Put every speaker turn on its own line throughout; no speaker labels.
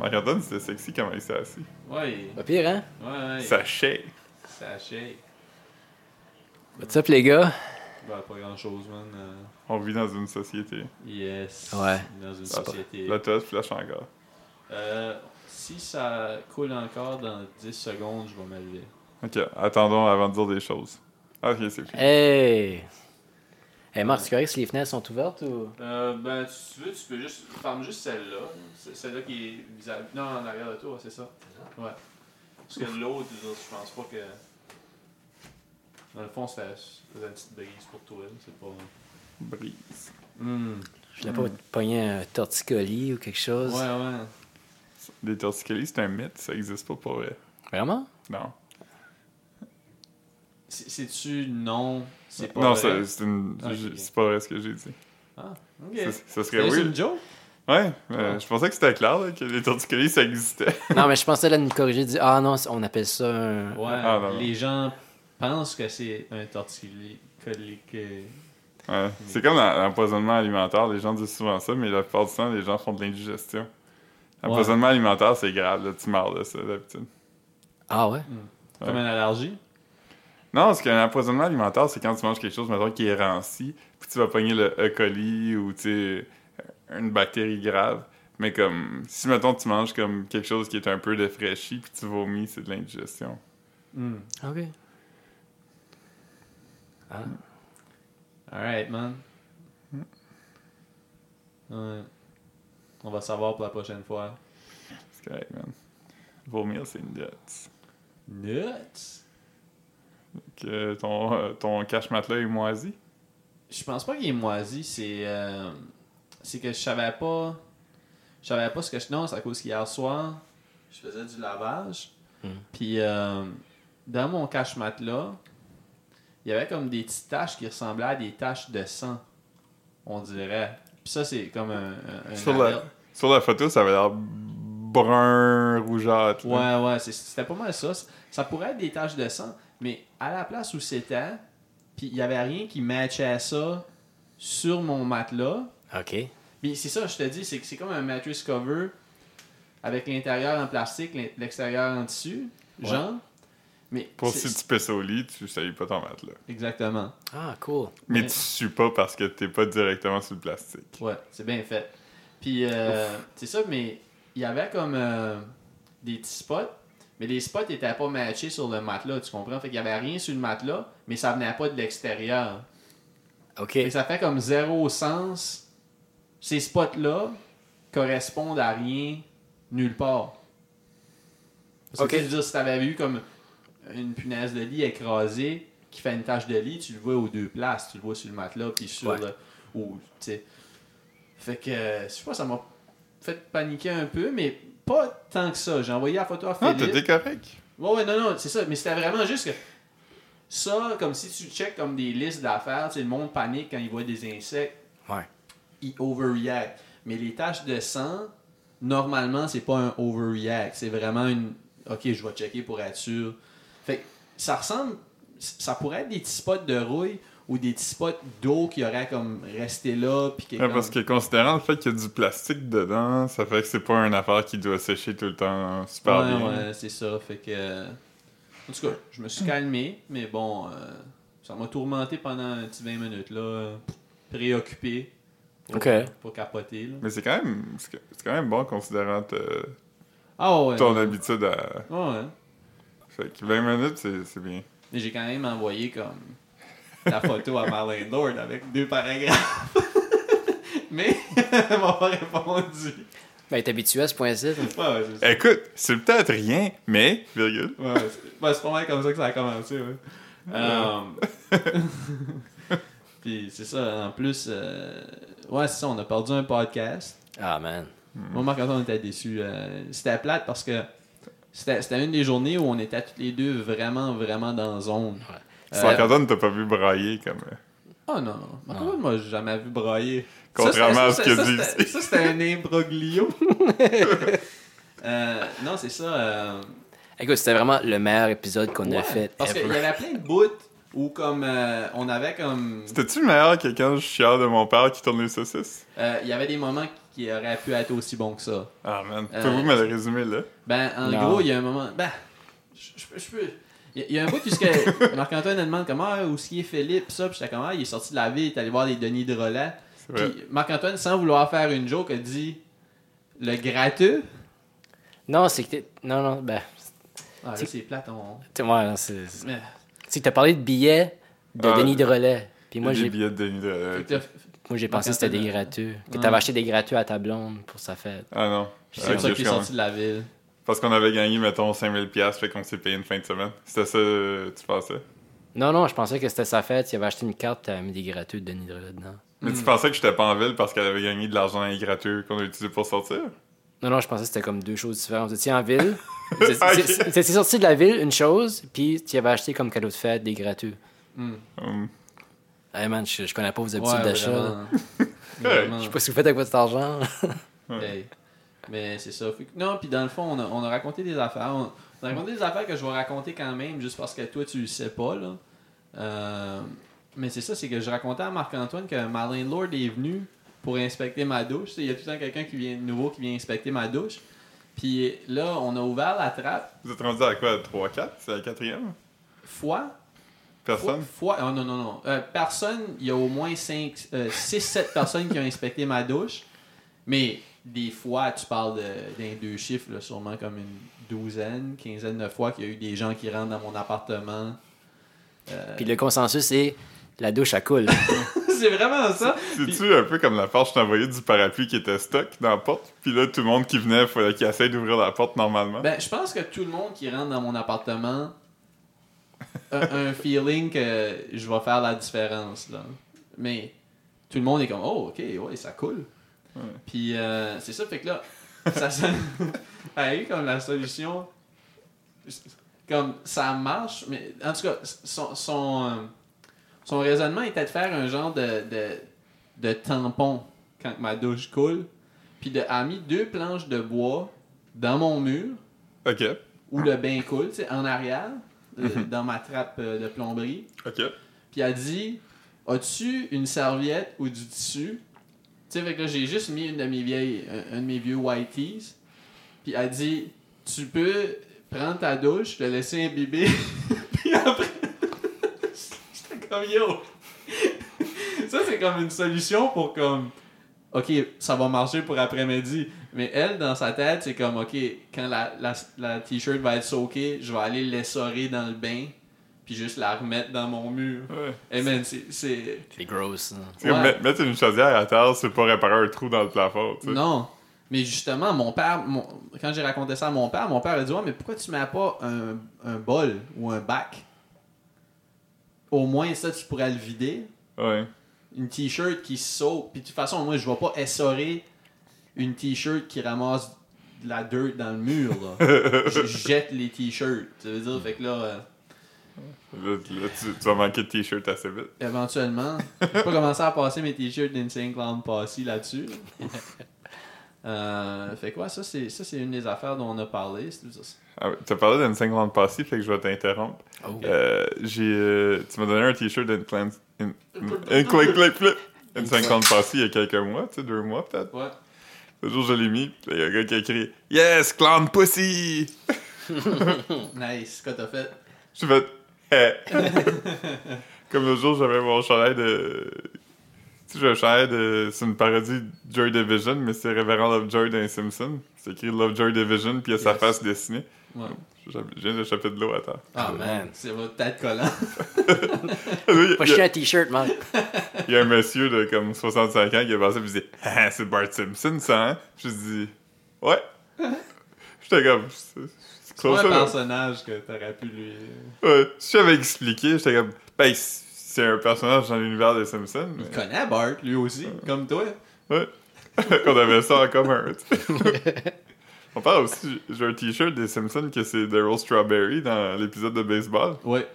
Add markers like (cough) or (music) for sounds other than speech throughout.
Regarde, c'était sexy comment il s'est assis.
Ouais,
Pas pire, hein?
ouais, ouais.
Ça shake.
Ça shake.
What's up, les gars?
Bah, pas grand chose, man. Euh,
On vit dans une société.
yes.
Ouais.
Dans une
C'est pas-
société.
La toile flash encore.
Euh, si ça coule encore dans 10 secondes, je vais me lever.
Ok, attendons avant de dire des choses. Ah, Ok, c'est fini.
Hey! Hey, Marc, tu correct si les fenêtres sont ouvertes ou.
Euh, ben, si tu veux, tu peux juste. Ferme juste celle-là. C'est- Celle-là qui est visible. Non, en arrière de toi, c'est ça. Ouais. Parce que l'autre, je pense pas que. Dans le fond, ça faisait une petite brise pour toi. là. C'est pas.
Brise.
Hmm.
Je voulais pas pogner un torticolis ou quelque chose.
Ouais, ouais.
Les torticolis, c'est un mythe, ça existe pas pour vrai.
(laughs)
Vraiment?
Non.
C'est- C'est-tu non C'est pas.
non,
vrai?
c'est c'est une...
Ah,
je-
ok.
c'est pas vrai ce que j'ai dit.
Ah, ok.
Ça-
C'est
Ça serait
juste
weird.
une joke
Ouais, euh, je pensais que c'était clair là, que les torticolis, ça
(laughs)
existait.
non, mais je pensais là de me corriger, de dire Ah non, on appelle ça un.
Ouais,
Ah, non, non.
les gens pensent que c'est un torticolis. que-
Ouais. C'est comme dans l'empoisonnement alimentaire, les gens disent souvent ça, mais la plupart du temps, les gens font de l'indigestion. L'empoisonnement alimentaire, c'est grave, là, tu meurs de ça d'habitude.
Ah ouais?
Comme une allergie.
Non, parce qu'un empoisonnement alimentaire, c'est quand tu manges quelque chose, mettons, qui est ranci, puis tu vas pogner le E. coli ou, tu sais, une bactérie grave. Mais comme, si, mettons, tu manges comme quelque chose qui est un peu défraîchi, puis tu vomis, c'est de l'indigestion.
Hmm.
Ok. Ah.
Alright, man. Ouais. On va savoir pour la prochaine fois.
C'est correct, man. Vomir, c'est nuts.
Nuts!
Que ton, euh, ton cache-matelas est moisi.
Je pense pas qu'il est moisi, c'est. euh, c'est que je savais pas. Je savais pas ce que je. Non, c'est à cause qu'hier soir, je faisais du lavage.
Hmm.
Puis, euh, dans mon cache-matelas, il y avait comme des petites taches qui ressemblaient à des taches de sang, on dirait. Puis ça, c'est comme un. un- un
Sur la,
alerte.
sur la photo, ça avait l'air brun, rougeâtre. là.
Ouais, ouais, c'est- c'était pas mal ça. Ça pourrait être des taches de sang, mais à la place où c'était, puis il y avait rien qui matchait ça sur mon matelas.
Ok.
Mais c'est ça, je te dis, c'est que c'est comme un mattress cover avec l'intérieur en plastique, l'in- l'extérieur en tissu,
Ouais.
genre. Mais
Pour
c'est-
si tu pisses au lit, tu salis pas ton matelas.
Exactement.
Ah, cool.
Mais
Ouais.
tu sues pas parce que t'es pas directement sur le plastique.
Ouais, c'est bien fait. Puis, euh, c'est ça, mais il y avait comme euh, des petits spots, mais les spots étaient pas matchés sur le matelas, tu comprends? Fait qu'il y avait rien sur le matelas, mais ça venait pas de l'extérieur.
Ok.
Fait que ça fait comme zéro sens. Ces spots-là correspondent à rien nulle part. Parce
Ok.
que tu sais, je veux dire, si t'avais vu comme une punaise de lit écrasée qui fait une tache de lit, tu le vois aux deux places. Tu le vois sur le matelas puis sur
Ouais.
le. Ou, tu sais. Fait que, je sais pas, ça m'a fait paniquer un peu, mais pas tant que ça. J'ai envoyé la photo à
Non,
Philippe.
t'étais Ah, correct.
Ouais, ouais, non, non, c'est ça. Mais c'était vraiment juste que ça, comme si tu checkes comme des listes d'affaires, tu sais, le monde panique quand il voit des insectes,
Ouais.
il overreact. Mais les taches de sang, normalement, c'est pas un overreact. C'est vraiment une. Ok, je vais checker pour être sûr. Fait que ça ressemble. Ça pourrait être des petits spots de rouille ou des petits spots d'eau qui auraient comme resté là. Puis qui est
Ouais,
comme-
parce que considérant le fait qu'il y a du plastique dedans, ça fait que c'est pas une affaire qui doit sécher tout le temps super
Ouais,
bien.
ouais, c'est ça. Fait que. euh, En tout cas, je me suis calmé, mais bon, euh, ça m'a tourmenté pendant un petit 20 minutes, là. euh, Préoccupé. Pour,
Ok.
Pour capoter, là.
Mais c'est quand même c'est c'est quand même bon considérant te-
Ah ouais.
ton habitude à.
Ouais, ouais.
Fait que 20 minutes, c'est c'est bien.
Mais j'ai quand même envoyé comme la photo à Marlene Lord avec deux paragraphes. (laughs) mais (laughs) elle m'a pas répondu.
Ben, t'es habitué à ce point-ci. toi.
Ouais, ouais, c'est ça.
Écoute, c'est peut-être rien, mais. Virgule.
Ouais, ouais, c'est ouais, c'est pas mal comme ça que ça a commencé, ouais. Euh, (laughs) Puis c'est ça, en plus, euh, ouais, c'est ça, on a perdu un podcast.
Ah, man.
Mm.
Moi, Marc-Antoine, on était déçus. Euh, c'était plate parce que c'était c'était une des journées où on était tous les deux vraiment, vraiment dans la zone.
Euh...
Euh,
t'as pas vu brailler comme. euh,
Oh non, Marc-Antoine, moi, j'ai jamais vu brailler.
Contrairement
Ça,
à ce que
c'était- ça,
dit
c'était- Ça, c'était
(laughs)
un imbroglio. Euh, non, c'est ça. euh,
Écoute, c'était vraiment le meilleur épisode qu'on a
ouais,
fait.
Parce qu'il
ever.
y avait plein de bouts où, comme, euh, on avait comme.
C'était-tu meilleur que quand je chiale de mon père qui tourne les saucisses?
Euh, Il y avait des moments qui aurait pu être aussi bon que ça.
Ah, man.
Euh,
Pouvez-vous me le résumer, là?
Ben, en
Non.
gros, il y a un moment. Ben, je je peux. je peux- Il y a- il y a un bout, puisque
(laughs)
Marc-Antoine elle demande comment, ah, où est-ce qu'il est Philippe, pis ça, puis j'étais comme, ah, il est sorti de la ville, il est allé voir les Denis de Roland.
C'est vrai.
Puis Marc-Antoine, sans vouloir faire une joke, a dit le gratteux.
Non, c'est que. t'es- Non, non, ben.
Ah, là,
C'est- Euh,
c'est plate, on.
t'es- Ouais, non, c'est. c'est-
Mais-
C'est que t'as parlé de billets de
Euh,
Ah.
Denis de relais. Puis
Moi,
moi, j'ai
des billets de Denis de
Fait que
Relais.
t'as-
moi, j'ai pensé que c'était des gratuits. Que
Ah.
t'avais acheté des gratuits à ta blonde pour sa fête.
Ah non.
C'est pour
Ok,
ça
je
qu'il est
comprends.
sorti de la ville.
Parce qu'on avait gagné, mettons, 5000$, fait qu'on s'est payé une fin de semaine. C'était ça, euh, tu pensais?
Non, non, je pensais que c'était sa fête. Il avait acheté une carte, t'avais mis des gratuits de Denis de relais dedans.
Mais
Hmm.
tu pensais que j'étais pas en ville parce qu'elle avait gagné de l'argent gratuit qu'on a utilisé pour sortir?
Non, non, je pensais que c'était comme deux choses différentes. Vous étiez en ville. Vous étiez-
Ah,
Ok.
c'est- c'est- c'est sorti de la ville, une chose, puis tu avais acheté comme cadeau de fête des gratuits.
Hmm.
Hum.
Hey man, je, je connais pas vos habitudes
Ouais,
d'achat. là.
vraiment. Vraiment.
Je sais pas ce que vous faites avec votre argent.
Ouais.
Hey. Mais c'est ça. Fait que- Non, puis dans le fond, on a, on a raconté des affaires. On, on a raconté des affaires que je vais raconter quand même, juste parce que toi, tu le sais pas, là. Euh, mais c'est ça, c'est que je racontais à Marc-Antoine que Marlene Lord est venu pour inspecter ma douche. Tu sais, Il y a tout le temps quelqu'un qui vient de nouveau qui vient inspecter ma douche. Puis là, on a ouvert la trappe.
Vous êtes rendu à quoi? 3-4? C'est la quatrième?
Fois,
Personne?
fois- oh, non, non, non. Euh, personne, il y a au moins 5, 6, 7 personnes qui ont inspecté ma douche. Mais des fois, tu parles de- d'un deux chiffres, là, sûrement comme une douzaine, quinzaine de fois qu'il y a eu des gens qui rentrent dans mon appartement. (laughs) Euh,
Puis le consensus, c'est la douche, à (laughs) coule.
c'est vraiment ça.
C'est-tu un peu comme la porte, je t'ai envoyé du parapluie qui était stock dans la porte, puis là, tout le monde qui venait, fallait qu'il essaye d'ouvrir la porte normalement.
Ben, je pense que tout le monde qui rentre dans mon appartement a un feeling que je vais faire la différence. Là. Mais tout le monde est comme, oh, ok, ouais, ça coule.
Ouais.
Puis euh, c'est ça, fait que là, ça (laughs) sonne. a eu comme la solution. Comme ça marche, mais en tout cas, son, son, euh, son raisonnement était de faire un genre de, de, de tampon quand ma douche coule. Puis de, a mis deux planches de bois dans mon mur Ben-
Ok,
où le bain coule, tu sais, en arrière, euh, dans ma trappe euh, de plomberie.
ok.
Puis elle dit As-tu une serviette ou du tissu Tu sais, fait que là, j'ai juste mis une de mes vieilles, euh, un, un de mes vieux whiteys. Puis elle dit Tu peux prendre ta douche, te laisser imbiber. (laughs) Puis après, (laughs) j'étais comme Yo (laughs) Ça, c'est comme une solution pour comme. Ok, ça va marcher pour après-midi. Mais elle, dans sa tête, c'est comme, ok, quand la, la, la t-shirt va être soquée, je vais aller l'essorer dans le bain, puis juste la remettre dans mon mur.
Ouais.
Hey Eh, man, c'est- c'est.
C'est (laughs) gross. hein.
Tu sais,
Ouais.
met- Mettre une chaudière à terre, c'est pas réparer un trou dans le plafond, tu sais.
Non. Mais justement, mon père, mon- quand j'ai raconté ça à mon père, mon père a dit Ouais, mais pourquoi tu mets pas un, un bol ou un bac Au moins, ça, tu pourrais le vider.
Ouais.
Une t-shirt qui saute. Puis de toute façon, moi, je vais pas essorer une t-shirt qui ramasse de la dirt dans le mur. là. je jette les t-shirts. Ça veut dire, fait que là. euh,
Là, là, tu, tu vas manquer de t-shirt assez vite.
Éventuellement. J'ai pas commencé à passer mes t-shirts d'Insane Clown Posse là-dessus. Euh, fait quoi, ça c'est ça c'est une des affaires dont on a parlé. c'est tout ça.
Ah, ouais, tu as parlé d'une 50 passée, fait que je vais t'interrompre.
Oh.
Euh, j'ai, euh, tu m'as donné un t-shirt d'une clan- une- une click, click, click. Une 50 passée il y a quelques mois, tu sais, deux mois peut-être.
Ouais.
Le jour où je l'ai mis, pis il y a un gars qui a écrit Yes, clan pussy!
Nice, ce que t'as fait.
J'ai fait Eh. (laughs) Comme le jour, j'avais mon chandail de. Tu sais, j'ai un chandail de. C'est une parodie de Joy Division, mais c'est Révérend Lovejoy d'un Simpson. C'est écrit Lovejoy Division, puis il y a sa
Yes.
face dessinée.
Ouais.
J'ai- Je viens d'échapper de l'eau à
(laughs)
terre.
Ah
Oh,
man,
man.
c'est votre tête collant.
Il
Pas
y,
chier
a,
un t-shirt, man.
il y a un monsieur de comme 65 ans qui est passé, puis il dit Ah, c'est Bart Simpson, ça, hein? Puis je dis Ouais. J'étais comme. C'est c'est
C'est pas
ça,
un
là.
personnage que t'aurais pu lui.
Ouais, si j'avais expliqué, j'étais comme, ben, c- c'est un personnage dans l'univers des Simpsons.
Il
mais-
connaît Bart, lui aussi, comme toi.
Ouais. (laughs) Qu'on avait ça en commun. tu sais. On parle aussi, j'ai un t-shirt des Simpsons que c'est Daryl Strawberry dans l'épisode de baseball.
Ouais.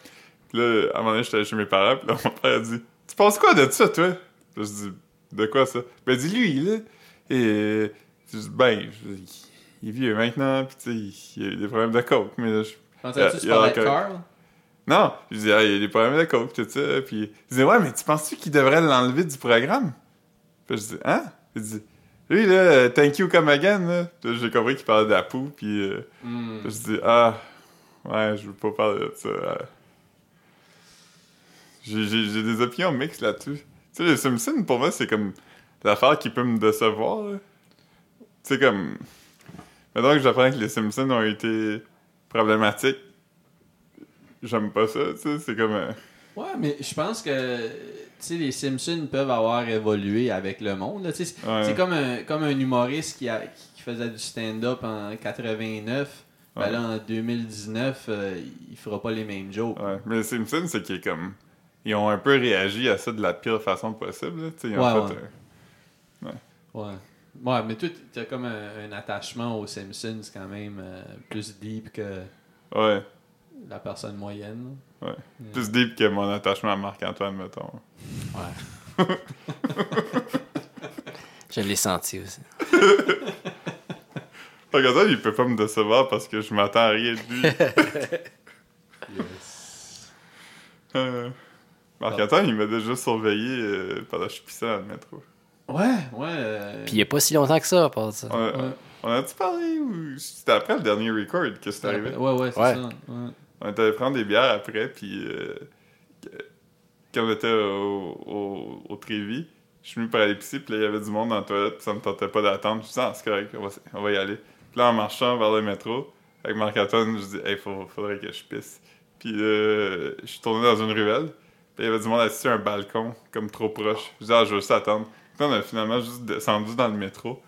Puis là, à un moment donné, j'étais chez mes parents, puis là, mon père a dit Tu penses quoi de ça, toi Puis je dis De quoi ça Ben, dis lui, là. Et. Je dis Ben, je- il est vieux maintenant, puis tu sais, il a eu des problèmes de coke, mais là, je
Pensais-tu que tu
Yeah,
parlais
yeah,
de Carl?
non, je disais, ah, il y a des problèmes de coke, tout ça. Puis il disait, ouais, mais tu penses-tu qu'il devrait l'enlever du programme? Puis je dis, hein? Il dit, Lui, là, thank you come again, là. Là, J'ai compris qu'il parlait de la poux, puis euh,
Hmm.
je dis, ah, ouais, je veux pas parler de ça. euh. J'ai- J'ai j'ai des opinions mixtes là-dessus. Tu sais, les Simpsons, pour moi, c'est comme l'affaire qui peut me décevoir, là. Tu sais, comme. Maintenant que j'apprends que les Simpsons ont été problématiques, j'aime pas ça, tu sais, c'est comme. euh,
Ouais, mais je pense que tu sais, les Simpsons peuvent avoir évolué avec le monde. là. Tu sais, C'est
Ouais.
c'est comme un, comme un humoriste qui, a- qui faisait du stand-up en 89. Ben
Ouais.
là, en 2019, euh, il fera pas les mêmes jokes.
Ouais, mais les Simpsons, c'est qu'ils comme. Ils ont un peu réagi à ça de la pire façon possible. là. Tu sais, Ils ont
Ouais,
fait.
ouais.
euh,
Ouais. Ouais, mais toi, t'as comme un, un attachement aux Simpsons quand même euh, plus deep que
Ouais,
la personne moyenne.
Ouais.
Euh,
plus deep que mon attachement à Marc-Antoine, mettons.
Je l'ai senti aussi.
Marc-Antoine, il peut pas me décevoir parce que je m'attends à rien de lui. Euh, Marc-Antoine, il m'a déjà surveillé euh, pendant que je pissais dans le métro.
Ouais, ouais. euh,
Puis il n'y a pas si longtemps que ça, à part ça.
On, a-
Ouais.
on a-tu parlé ou c'était après le dernier record que c'est arrivé?
Ouais, ouais, c'est
Ouais.
ça. ouais.
On était allé prendre des bières après, puis euh, que- quand on était au, au, au Trévis, je suis venu pour aller pisser, puis là, il y avait du monde dans la toilette, puis ça me tentait pas d'attendre. Je me suis dit, ah, c'est correct, on va, s- on va y aller. Puis là, en marchant vers le métro, avec Marc-Antoine, je dis, hey, faut, faudrait que je pisse. Puis euh, je suis tourné dans une ruelle, puis il y avait du monde assis sur un balcon, comme trop proche. Je dis, ah, je veux juste attendre. Puis on a finalement juste descendu dans le métro.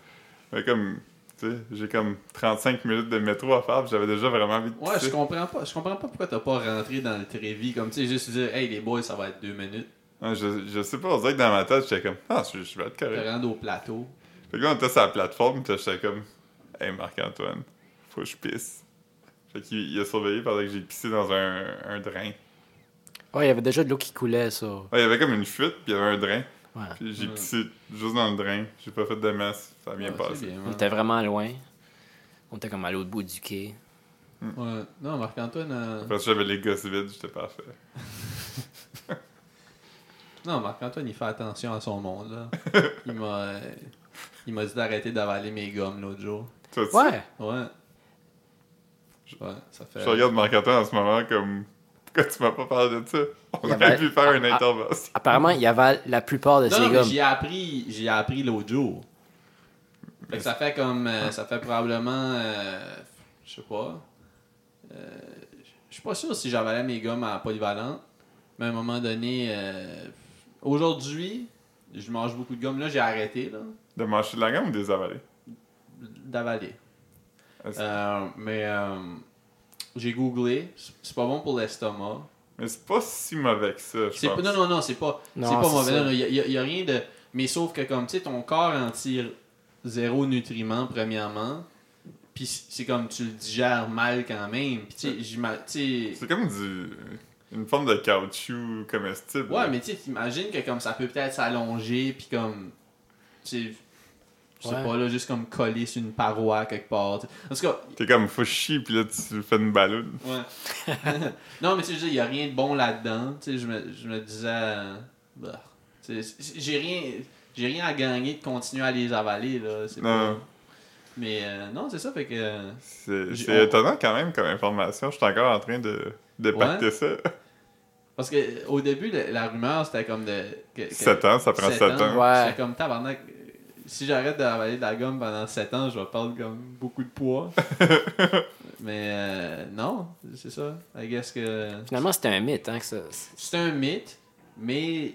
Mais comme, tu sais, j'ai comme 35 minutes de métro à faire, puis j'avais déjà vraiment envie de pisser.
Ouais, je comprends pas. Je comprends pas pourquoi t'as pas rentré dans le Trévis. Comme tu sais, juste dire, hey les boys, ça va être deux minutes.
Ouais, je, je sais pas, on dirait que dans ma tête, j'étais comme, ah, je, je vais être
Te
correct.
rendre au plateau.
Fait que là, on était sur la plateforme, puis j'étais comme, hey Marc-Antoine, faut que je pisse. Fait qu'il il a surveillé pendant que j'ai pissé dans un, un drain.
Ouais, il y avait déjà de l'eau qui coulait, ça.
Ouais, il y avait comme une fuite, puis il y avait un drain.
Ouais.
Puis j'ai
Hmm.
pissé juste dans le drain. J'ai pas fait de messe, ça a bien
Ouais, Ah, c'est
passé.
bien, hein.
On
ouais.
était vraiment loin. On était comme à l'autre bout du quai.
Ouais. Non, Marc-Antoine. euh,
Parce que j'avais les gosses vides, j'étais parfait.
Non, Marc-Antoine, il fait attention à son monde.
(laughs)
Là. Il m'a. euh, Il m'a dit d'arrêter d'avaler mes gommes l'autre jour.
Toi, tu-
Ouais!
Ouais. Ouais, ça fait.
Je regarde Marc-Antoine en ce moment comme, pourquoi tu m'as pas parlé de ça? On
Il y
aurait
avait-
pu faire une
Ah, ah.
intervention.
Apparemment, il y avait la plupart de
Non,
ces
non, mais
gommes.
j'y ai appris, j'y ai appris l'autre jour. Fait que ça fait comme, euh, ça fait probablement, euh, je sais pas, euh, je suis pas sûr si j'avalais mes gommes à polyvalente, mais à un moment donné, euh, aujourd'hui, je mange beaucoup de gommes. Là, j'ai arrêté là,
De manger de la gamme ou des avalés?
d'avaler.
Ah, c'est-
Euh, mais euh, j'ai googlé, c'est c'est pas bon pour l'estomac.
Mais c'est pas si mauvais que ça, je
C'est pas-
pense.
non, non, non, c'est pas, c'est
Non,
pas
c'est ça.
mauvais. Il n'y a, rien de. Mais sauf que, comme, tu sais, ton corps en tire zéro nutriment, premièrement. Puis c- c'est comme tu le digères mal quand même. Puis, tu sais, j'ima- tu sais.
C'est comme du... une forme de caoutchouc comestible.
Ouais, mais tu sais, t'imagines que, comme, ça peut peut-être s'allonger, puis comme. Tu sais. Je sais
Ouais.
pas, là, juste comme coller sur une paroi quelque part. tu sais. En tout cas,
T'es comme faut chier, puis là tu fais une balloune.
ouais. (laughs) non, mais tu sais, je veux dire, il n'y a rien de bon là-dedans. Tu sais, je me, je me disais. euh, bah, tu sais, c- c- j'ai rien. J'ai rien à gagner de continuer à les avaler, là. c'est
Non.
pas- Mais euh, non, c'est ça, fait que. euh,
C'est
J'ai-
c'est
on-
étonnant quand même comme information. Je suis encore en train de, de
Ouais.
pacter ça.
Parce que euh, au début, le- la rumeur, c'était comme de. que- que-
7 ans, ça prend
sept
7 ans.
ouais.
J'étais comme tabarnak. euh, Si j'arrête d'avaler de la gomme pendant 7 ans, je vais perdre comme beaucoup
(laughs)
de poids. Mais euh, non, c'est ça. I guess que.
Finalement, c'était un mythe, hein, que ça.
C'est un mythe, mais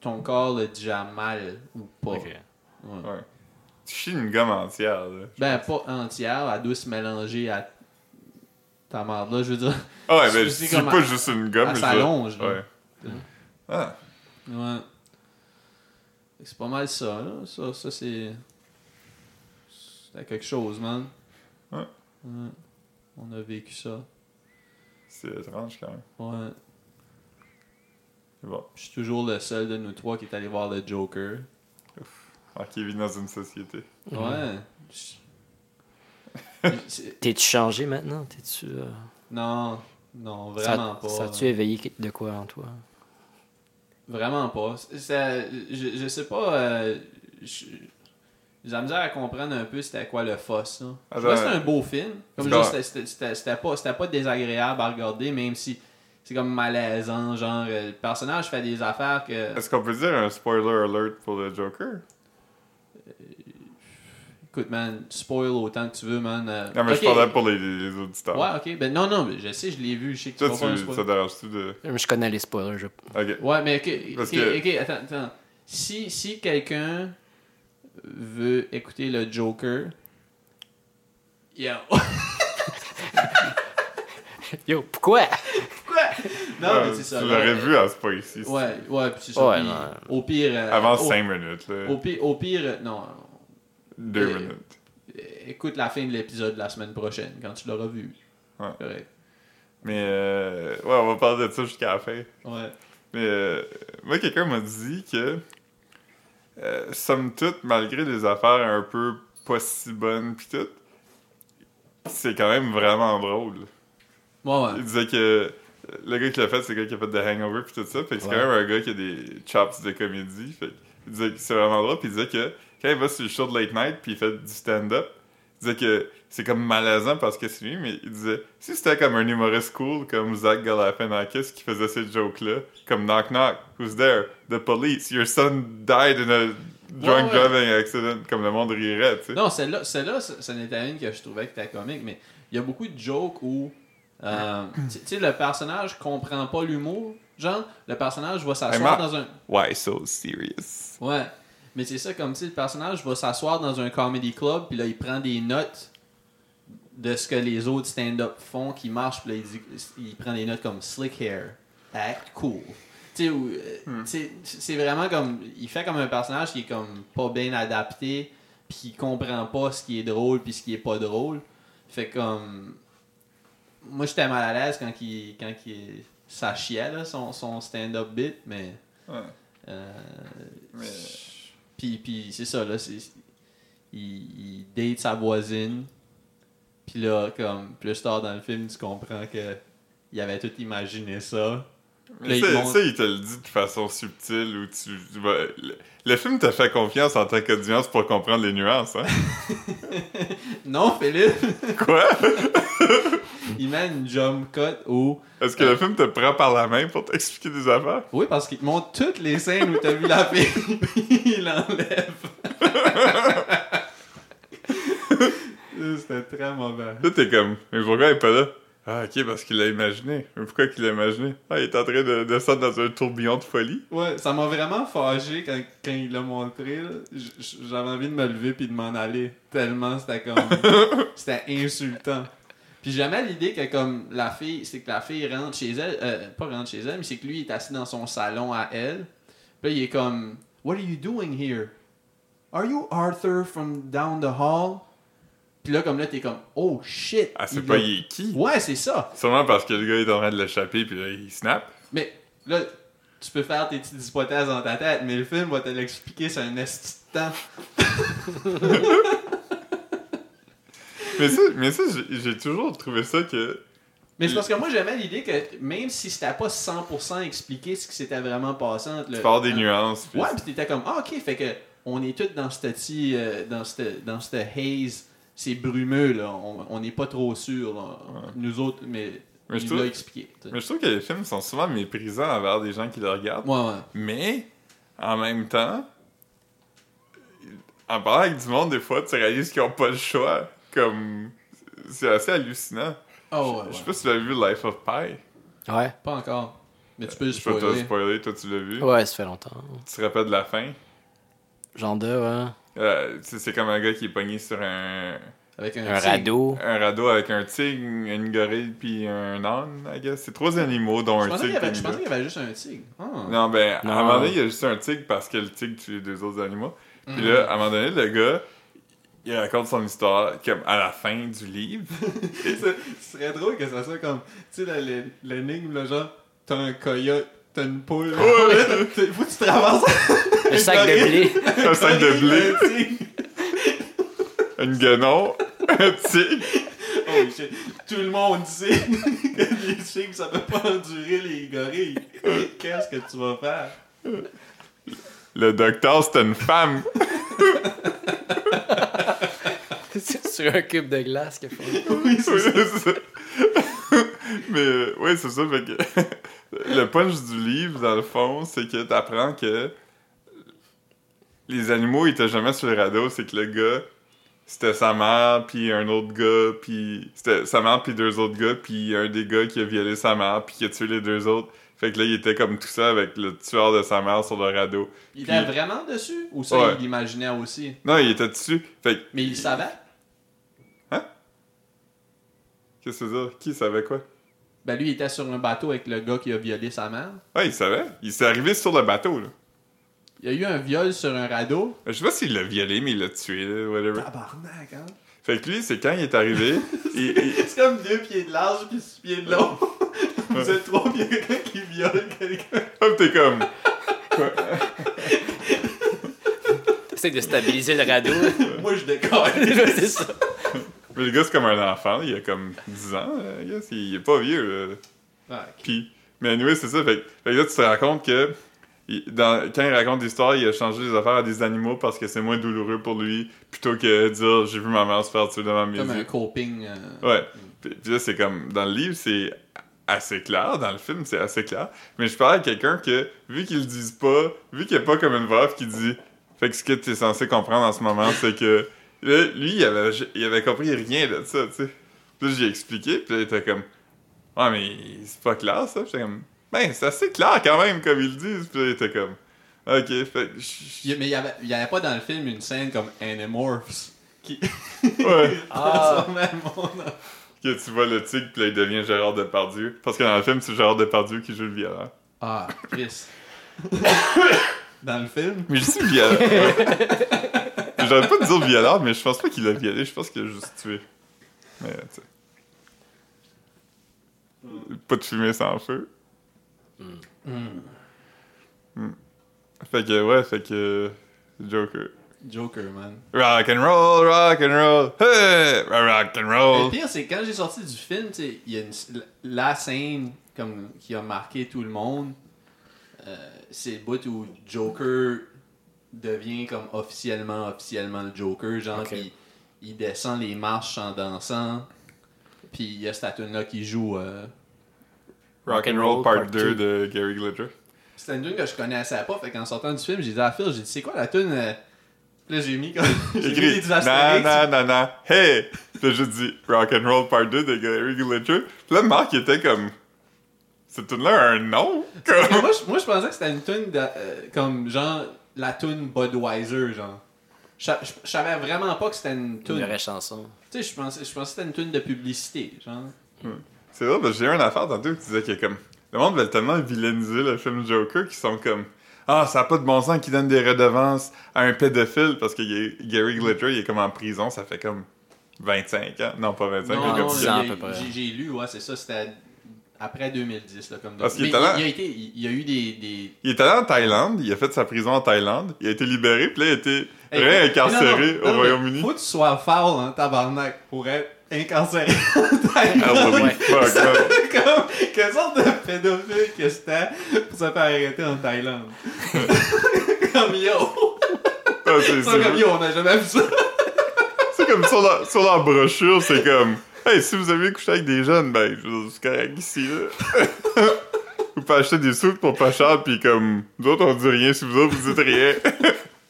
ton corps le digère mal ou pas.
Ok.
Ouais.
Ouais. Tu chies une gomme entière. Là.
Ben, pas entière, elle doit se mélanger à ta merde là, je veux dire.
Ah ouais,
Je
ben je
sais
chie
(laughs) comme
pas
à-
juste une
Elle
gomme. mais je-
s'allonge. là.
Ouais. Ah,
Ouais. Fait que C'est pas mal ça, là. Ça, ça c'est. C'était quelque chose, man.
Ouais.
Ouais. On a vécu ça.
c'est étrange quand même.
Ouais.
C'est bon.
Je suis toujours le seul de nous trois qui est allé voir le Joker.
Alors qu'il vit dans une société.
(laughs)
Mhm.
Ouais. Je- C'est-
T'es-tu changé maintenant? T'es-tu. euh,
Non, non,
ça-
vraiment pas.
Ça tu éveillé que- de quoi en toi?
Vraiment pas. Ça- je, je sais pas. euh, je, J'ai la misère à comprendre un peu c'était quoi le FOSS. là. Je
Ah
trouvais que
ben,
c'était un beau film. Comme je
ben,
dis, c'était- c'était- c'était c'était pas, c'était pas désagréable à regarder, même si c'est comme malaisant. Genre, euh, le personnage fait des affaires que.
Est-ce qu'on peut dire un spoiler alert pour le Joker?
Écoute, man, spoil autant que tu veux, man. euh,
Non, mais
ok.
je parlais pour les, les auditeurs.
Ouais, ok. Ben non, non, mais je sais, je l'ai vu. Je sais que tu
Toi,
vas pas un
tu,
spoil.
ça dérange-tu de...
Mais Je connais les spoilers. Je...
Ok.
Ouais, mais ok,
Parce
ok,
que-
ok, attends, attends. Si, si quelqu'un veut écouter le Joker, yo.
(laughs)
(laughs)
Yo, pourquoi?
non, mais
Ah,
c'est ça.
Tu
là.
l'aurais vu à ce point ici.
Ouais, ouais, puis c'est ça.
Ouais,
puis
non.
Au pire. euh,
Avant
au,
5 minutes, là.
Au pire, au pire, euh, non. non.
2
euh,
minutes.
Euh, Écoute la fin de l'épisode la semaine prochaine quand tu l'auras vu.
Ouais.
Correct.
Mais, euh, ouais, on va parler de ça jusqu'à la fin.
Ouais.
Mais euh, moi, quelqu'un m'a dit que, euh, somme toute, malgré des affaires un peu pas si bonnes pis tout, c'est quand même vraiment drôle.
Ouais, ouais.
Il disait que le gars qui l'a fait, c'est le gars qui a fait The Hangover pis tout ça, fait que c'est
Ouais.
quand même un gars qui a des chops de comédie, fait que il disait que c'est vraiment drôle pis il disait que quand il va sur le show de Late Night pis il fait du stand-up, il disait que c'est comme malaisant parce que c'est lui, mais il disait si c'était comme un humoriste cool comme Zach Galifianakis qui faisait ces jokes-là, comme Knock Knock, Who's There, The Police, Your Son Died in a Drunk
Ouais, ouais.
Driving Accident, comme le monde rirait, tu sais.
Non, celle-là, celle-là, ce ce n'était une que je trouvais que était comique, mais il y a beaucoup de jokes où euh, tu tu sais, le personnage comprend pas l'humour. Genre, le personnage va s'asseoir
Marc.
dans un.
Why so serious?
Ouais. Mais c'est ça, comme si le personnage va s'asseoir dans un comedy club, puis là, il prend des notes de ce que les autres stand-up font qui marchent, puis là, il, dit- il prend des notes comme slick hair, act cool. Tu sais, ou, euh, tu sais, c'est vraiment comme. Il fait comme un personnage qui est comme pas bien adapté, puis qui comprend pas ce qui est drôle, puis ce qui est pas drôle. Fait comme. Moi, j'étais mal à l'aise quand il. Quand il ça chiait, là, son, son stand-up bit, mais.
Ouais.
euh,
Mais-
puis, puis c'est ça, là, c'est... Il, il date sa voisine. Puis là, comme plus tard dans le film, tu comprends que il avait tout imaginé ça. Là,
Mais
il
ça,
te montre-
ça, il te le dit de façon subtile où tu. tu vas- le, le film t'a fait confiance en tant qu'audience pour comprendre les nuances, hein? (laughs)
Non, Philippe, (laughs)
Quoi?
il met une jump cut où...
Est-ce que le film te prend par la main pour t'expliquer des affaires?
Oui, parce qu'il te montre toutes les scènes où t'as vu la fille, puis il l'enlève. (laughs) C'était très mauvais.
Là, t'es comme, mais pourquoi il est pas là? Ah, ok, parce qu'il l'a imaginé. Mais pourquoi qu'il l'a imaginé? Ah, il est en train de descendre dans un tourbillon de folie.
Ouais, ça m'a vraiment fâché quand, quand il l'a montré. là. J- j- J'avais envie de me lever puis de m'en aller. Tellement c'était
(laughs)
comme. c'était insultant. Puis j'aimais l'idée que, comme la fille, c'est que la fille rentre chez elle, euh, pas rentre chez elle, mais c'est que lui il est assis dans son salon à elle. Puis là, il est comme What are you doing here? Are you Arthur from down the hall? Puis là, comme là, t'es comme Oh shit!
Ah, c'est
il
pas
l'a-
il est qui?
Ouais, c'est ça!
Sûrement parce que le gars est en train de l'échapper, puis là, il snap.
Mais là, tu peux faire tes petites hypothèses dans ta tête, mais le film va te l'expliquer sur un esti de temps.
Mais ça, mais ça j'ai- j'ai toujours trouvé ça que.
Mais c'est parce que moi, j'aimais l'idée que même si c'était pas 100% expliqué ce qui s'était vraiment passé entre le.
Tu parles des
hein,
nuances. puis-
Ouais, pis t'étais comme, ah, ok, fait que on est tous dans ce petit. euh, dans cette dans cette haze, c'est brumeux, là. On on n'est pas trop sûr, là.
Ouais.
Nous autres, mais.
Mais je
il
trouve-
l'a expliqué. tu sais.
Mais je trouve que les films sont souvent méprisants envers des gens qui le regardent.
Ouais, ouais.
Mais, en même temps, en parlant avec du monde, des fois, tu réalises qu'ils ont pas le choix. Comme, c'est assez hallucinant.
Oh, ouais, ouais.
Je sais pas si tu as vu Life of Pi.
Ouais.
Pas encore. Mais tu peux le
Je peux te
spoiler.
spoiler, toi tu l'as vu.
Ouais, ça fait longtemps.
Tu te rappelles de la fin.
Genre hein. de, ouais.
Euh, tu sais, c'est comme un gars qui est pogné sur un,
Avec un,
Un
tigre.
radeau.
un radeau avec un tigre, une gorille, puis un âne, I guess. C'est trois animaux, dont
Je
un
pensais qu'il
tigre.
y avait-
puis
je
une
pensais
gorille.
qu'il y avait juste un tigre. Ah.
Non, ben,
Non.
à un moment donné, il y a juste un tigre parce que le tigre tue les deux autres animaux. Puis là, à un moment donné, le gars, il raconte son histoire comme à la fin du livre.
(laughs) Ce ce serait drôle que ça soit comme, tu sais, la- la- l'énigme, là, genre, t'as un coyote, t'as une poule. (laughs) T'es- Faut que tu traverses
Le sac de blé.
un sac
(laughs)
de blé,
blé.
une guenon, (laughs) un tigre.
Oh, shit. Tout le monde sait (laughs) que les tigres, ça peut pas endurer les gorilles. Qu'est-ce que tu vas faire?
Le docteur, c'était une femme.
C'est (laughs) sur un cube de glace qu'il faut.
Oui, c'est ça. (laughs) Mais euh, ouais, c'est ça. Fait que (laughs) le punch du livre, dans le fond, c'est que t'apprends que les animaux ils étaient jamais sur le radeau. C'est que le gars, c'était sa mère, puis un autre gars, puis c'était sa mère, puis deux autres gars, puis un des gars qui a violé sa mère, puis qui a tué les deux autres. Fait que là, il était comme tout ça avec le tueur de sa mère sur le radeau.
Il
Puis-
était vraiment dessus Ou ça,
Ouais.
il l'imaginait aussi
Non, il était dessus. Fait que,
Mais il le savait
qu'est-ce que c'est ça? Qui savait quoi?
Ben lui, il était sur un bateau avec le gars qui a violé sa mère.
Ah, il savait. Il s'est arrivé sur le bateau, là.
Il y a eu un viol sur un radeau.
Je sais pas s'il l'a violé, mais il l'a tué, là, whatever.
Tabarnak, hein?
Fait que lui, c'est quand il est arrivé,
(laughs)
il- il-
C'est comme deux pieds de large puis six pieds de long. Vous êtes trois pieds quelqu'un qui viole quelqu'un.
hop, t'es comme...
Essaye de stabiliser le radeau.
Moi, je décolle.
(laughs) c'est ça.
Mais le gars, c'est comme un enfant, là, il a comme 10 ans, là, I guess. il est pas vieux, là.
Ah,
Puis, mais anyway, c'est ça, fait, que- fait que là, tu te rends compte que il- dans- quand il raconte l'histoire, il a changé les affaires à des animaux parce que c'est moins douloureux pour lui, plutôt que dire « j'ai vu ma mère se faire tuer devant mes
Comme
yeux
un coping. euh,
Ouais. Puis, puis là, c'est comme. Dans le livre, c'est assez clair. Dans le film, c'est assez clair. Mais je parlais à quelqu'un que, vu qu'ils le disent pas, vu qu'il n'y a pas comme une voix off qui dit. Fait que ce que tu es censé comprendre en ce moment, c'est que. là, lui, il avait, il avait compris rien de ça, tu sais. Puis là, j'ai expliqué, puis là, il était comme. Ouais, mais c'est pas clair, ça. J'étais comme. Ben, c'est assez clair quand même, comme ils le disent. Puis là, il était comme. Ok, fait que. je-
Il- Mais il n'y avait, il y avait pas dans le film une scène comme Animorphs (laughs) qui
je- Ouais.
Ah.
transformait le monde
que tu vois le tigre, puis là, il devient Gérard Depardieu. Parce que dans le film, c'est Gérard Depardieu qui joue le violon.
en- Ah, (laughs) Chris. dans le film?
Mais je dis violent. J'aurais pas de dire violent, mais je pense pas qu'il l'a violé, je pense qu'il a juste tué. Mais, tu sais. Pas de fumée sans feu. Hmm. Fait que, ouais, fait que. Joker.
Joker, man.
Rock and roll, rock and roll, hey, rock and
Le
roll.
pire, c'est quand j'ai sorti du film, tu sais, il y a une- la scène comme, qui a marqué tout le monde. euh, c'est le bout où Joker devient comme officiellement, officiellement le Joker. Genre,
Ok.
puis il descend les marches en dansant. Puis il y a cette tune là qui joue. euh,
Rock and roll part 2 de Gary Glitter.
C'était une tune que je connaissais pas, fait qu'en sortant du film, j'ai dit à Phil, j'ai dit, c'est quoi la tune euh? Puis Là, j'ai mis comme. (laughs) j'ai mis
écrit
des
na
Astérix.
na na na hey puis je dis rock and roll part 2 de Gary Glitter puis là Marc il était comme cette tune là a un nom
Parce que (laughs)
comme
moi, je, moi, je pensais que c'était une tune de, euh, comme genre la tune Budweiser, genre. Je sa- je- je savais vraiment pas que c'était une
Une
tune.
vraie chanson.
Tu sais, je pensais, je pensais que c'était une tune de publicité, genre.
c'est vrai parce que j'ai eu une affaire tantôt qui disait que comme le monde veut tellement vilainiser le film Joker qu'ils sont comme ah ça a pas de bon sens qu'ils donnent des redevances à un pédophile parce que il est- Gary Glitter il est comme en prison ça fait comme 25 ans non pas 25
Non,
mais
non,
comme
dix
il y a-
ans, à peu près.
j'ai- j'ai lu, ouais, c'est ça, c'était après 2010, là, comme
Parce qu'il
Mais
est talent-
il, il a été, il, il a eu des. des...
il est allé en Thaïlande il a fait sa prison en Thaïlande il a été libéré puis là il a été
Hey,
réincarcéré
Eh, non, non,
au
non, mais
Royaume-Uni
Faut que tu sois foul, hein, tabarnak, pour être incarcéré. (laughs)
ah ouais,
Ouais.
fuck, ouais.
comme, quelle sorte de pédophile que c'était pour se faire arrêter en Thaïlande? (laughs) comme yo!
Ah, c'est-
Ils sont comme
c'est-
yo, on n'a jamais vu ça!
C'est comme sur la, sur la brochure, c'est comme Hey, si vous avez couché avec des jeunes, ben, je veux dire, c'est correct ici, là. (laughs) vous pouvez acheter des soupes pour pas cher, pis comme, nous autres, on dit rien, si vous autres, vous dites rien.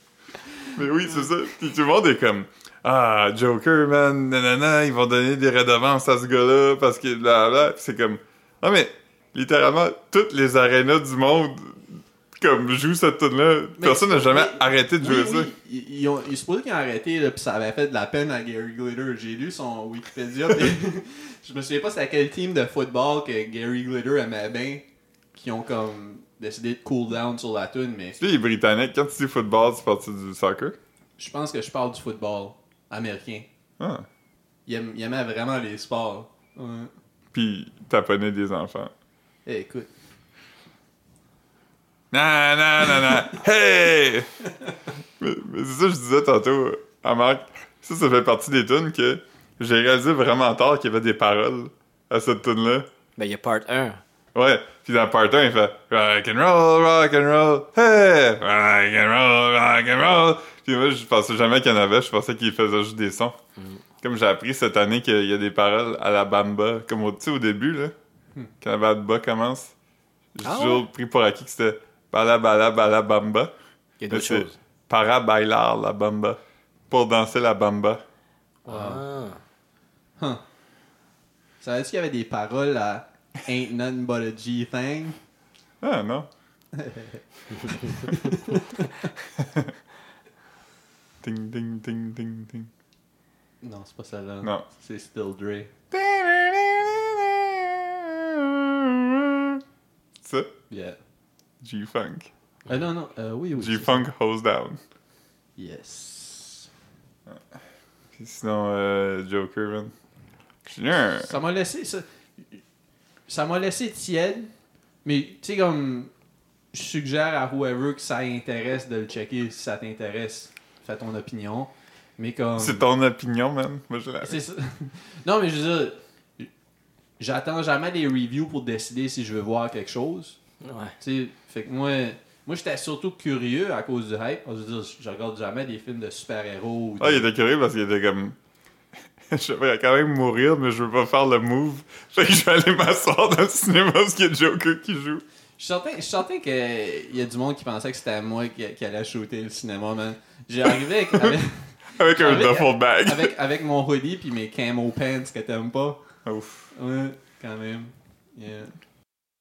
(laughs) Mais oui, c'est ça. Pis tout le monde est comme Ah, Joker, man, nanana, ils vont donner des redevances à ce gars-là, parce que là, là, c'est comme Ah, mais littéralement, toutes les arénas du monde, comme, jouent cette tune-là.
Mais-
Personne n'a jamais
mais-
arrêté de
Oui,
jouer ça.
oui, ils, ils ont, ils supposent qu'ils ont arrêté, là, pis ça avait fait de la peine à Gary Glitter. J'ai lu son Wikipédia, pis (laughs) je me souviens pas c'était quel team de football que Gary Glitter aimait bien, qui ont comme décidé de cool down sur la tune, mais
Tu sais, les Britanniques, quand tu dis football, c'est parti du soccer.
je pense que je parle du football américain.
Ah.
Il, aime- il aimait vraiment les sports. Ouais.
Puis taponner des enfants.
Eh, écoute.
Na na na na. Hey! mais, mais c'est ça que je disais tantôt à Marc. Ça, ça fait partie des tunes que j'ai réalisé vraiment tard qu'il y avait des paroles à cette tune là
Ben, il y a part 1.
Ouais. Puis dans part 1, il fait rock and roll, rock and roll, hey, rock and roll, rock and roll. Puis moi, je pensais jamais qu'il y en avait, je pensais qu'il faisait juste des sons. Comme j'ai appris cette année qu'il y a des paroles à la bamba, comme au, tu sais, au début, là, quand la bamba commence, j'ai
Ah
toujours pris pour acquis que c'était bala bala bala bamba.
Il y
Mais
a d'autres
c'est
choses.
para bailar la bamba. Pour danser la bamba.
Ah.
Savais-tu qu'il y avait des paroles à Ain't None But a G-Thing?
Ah non. (laughs) ding ding ding ding ding.
Non, c'est pas celle-là.
Non.
C'est Still Dre.
Ça,
Yeah.
G-Funk.
Euh, non, non, euh, oui, oui. c'est ça.
G-Funk hose down.
Yes.
Puis sinon, euh, Joker, man. J'ai eu un-
Ça m'a laissé. Ça, ça m'a laissé tiède, mais tu sais, comme. Je suggère à whoever que ça intéresse de le checker si ça t'intéresse. Fais ton opinion. Mais comme.
C'est ton opinion, man. Moi, je la...
Ah, C'est ça. (laughs) Non, mais je veux dire, j'attends jamais des reviews pour décider si je veux voir quelque chose.
Ouais.
Tu sais, fait que moi, moi j'étais surtout curieux à cause du hype. Je veux dire, je regarde jamais des films de super-héros. ou
Ah, il
des-
était curieux parce qu'il était comme. (laughs) Je vais quand même mourir, mais je veux pas faire le move. Fait que je vais aller m'asseoir dans le cinéma parce qu'il y a Joker qui joue.
Je sentais, je sentais qu'il y a du monde qui pensait que c'était à moi qui, qui allait shooter le cinéma, man. J'ai arrivé
(laughs)
avec, avec,
Avec un
Avec-
duffel bag.
avec, avec mon hoodie puis mes camo pants que t'aimes pas.
(laughs) Ouf.
Ouais, quand même. Yeah.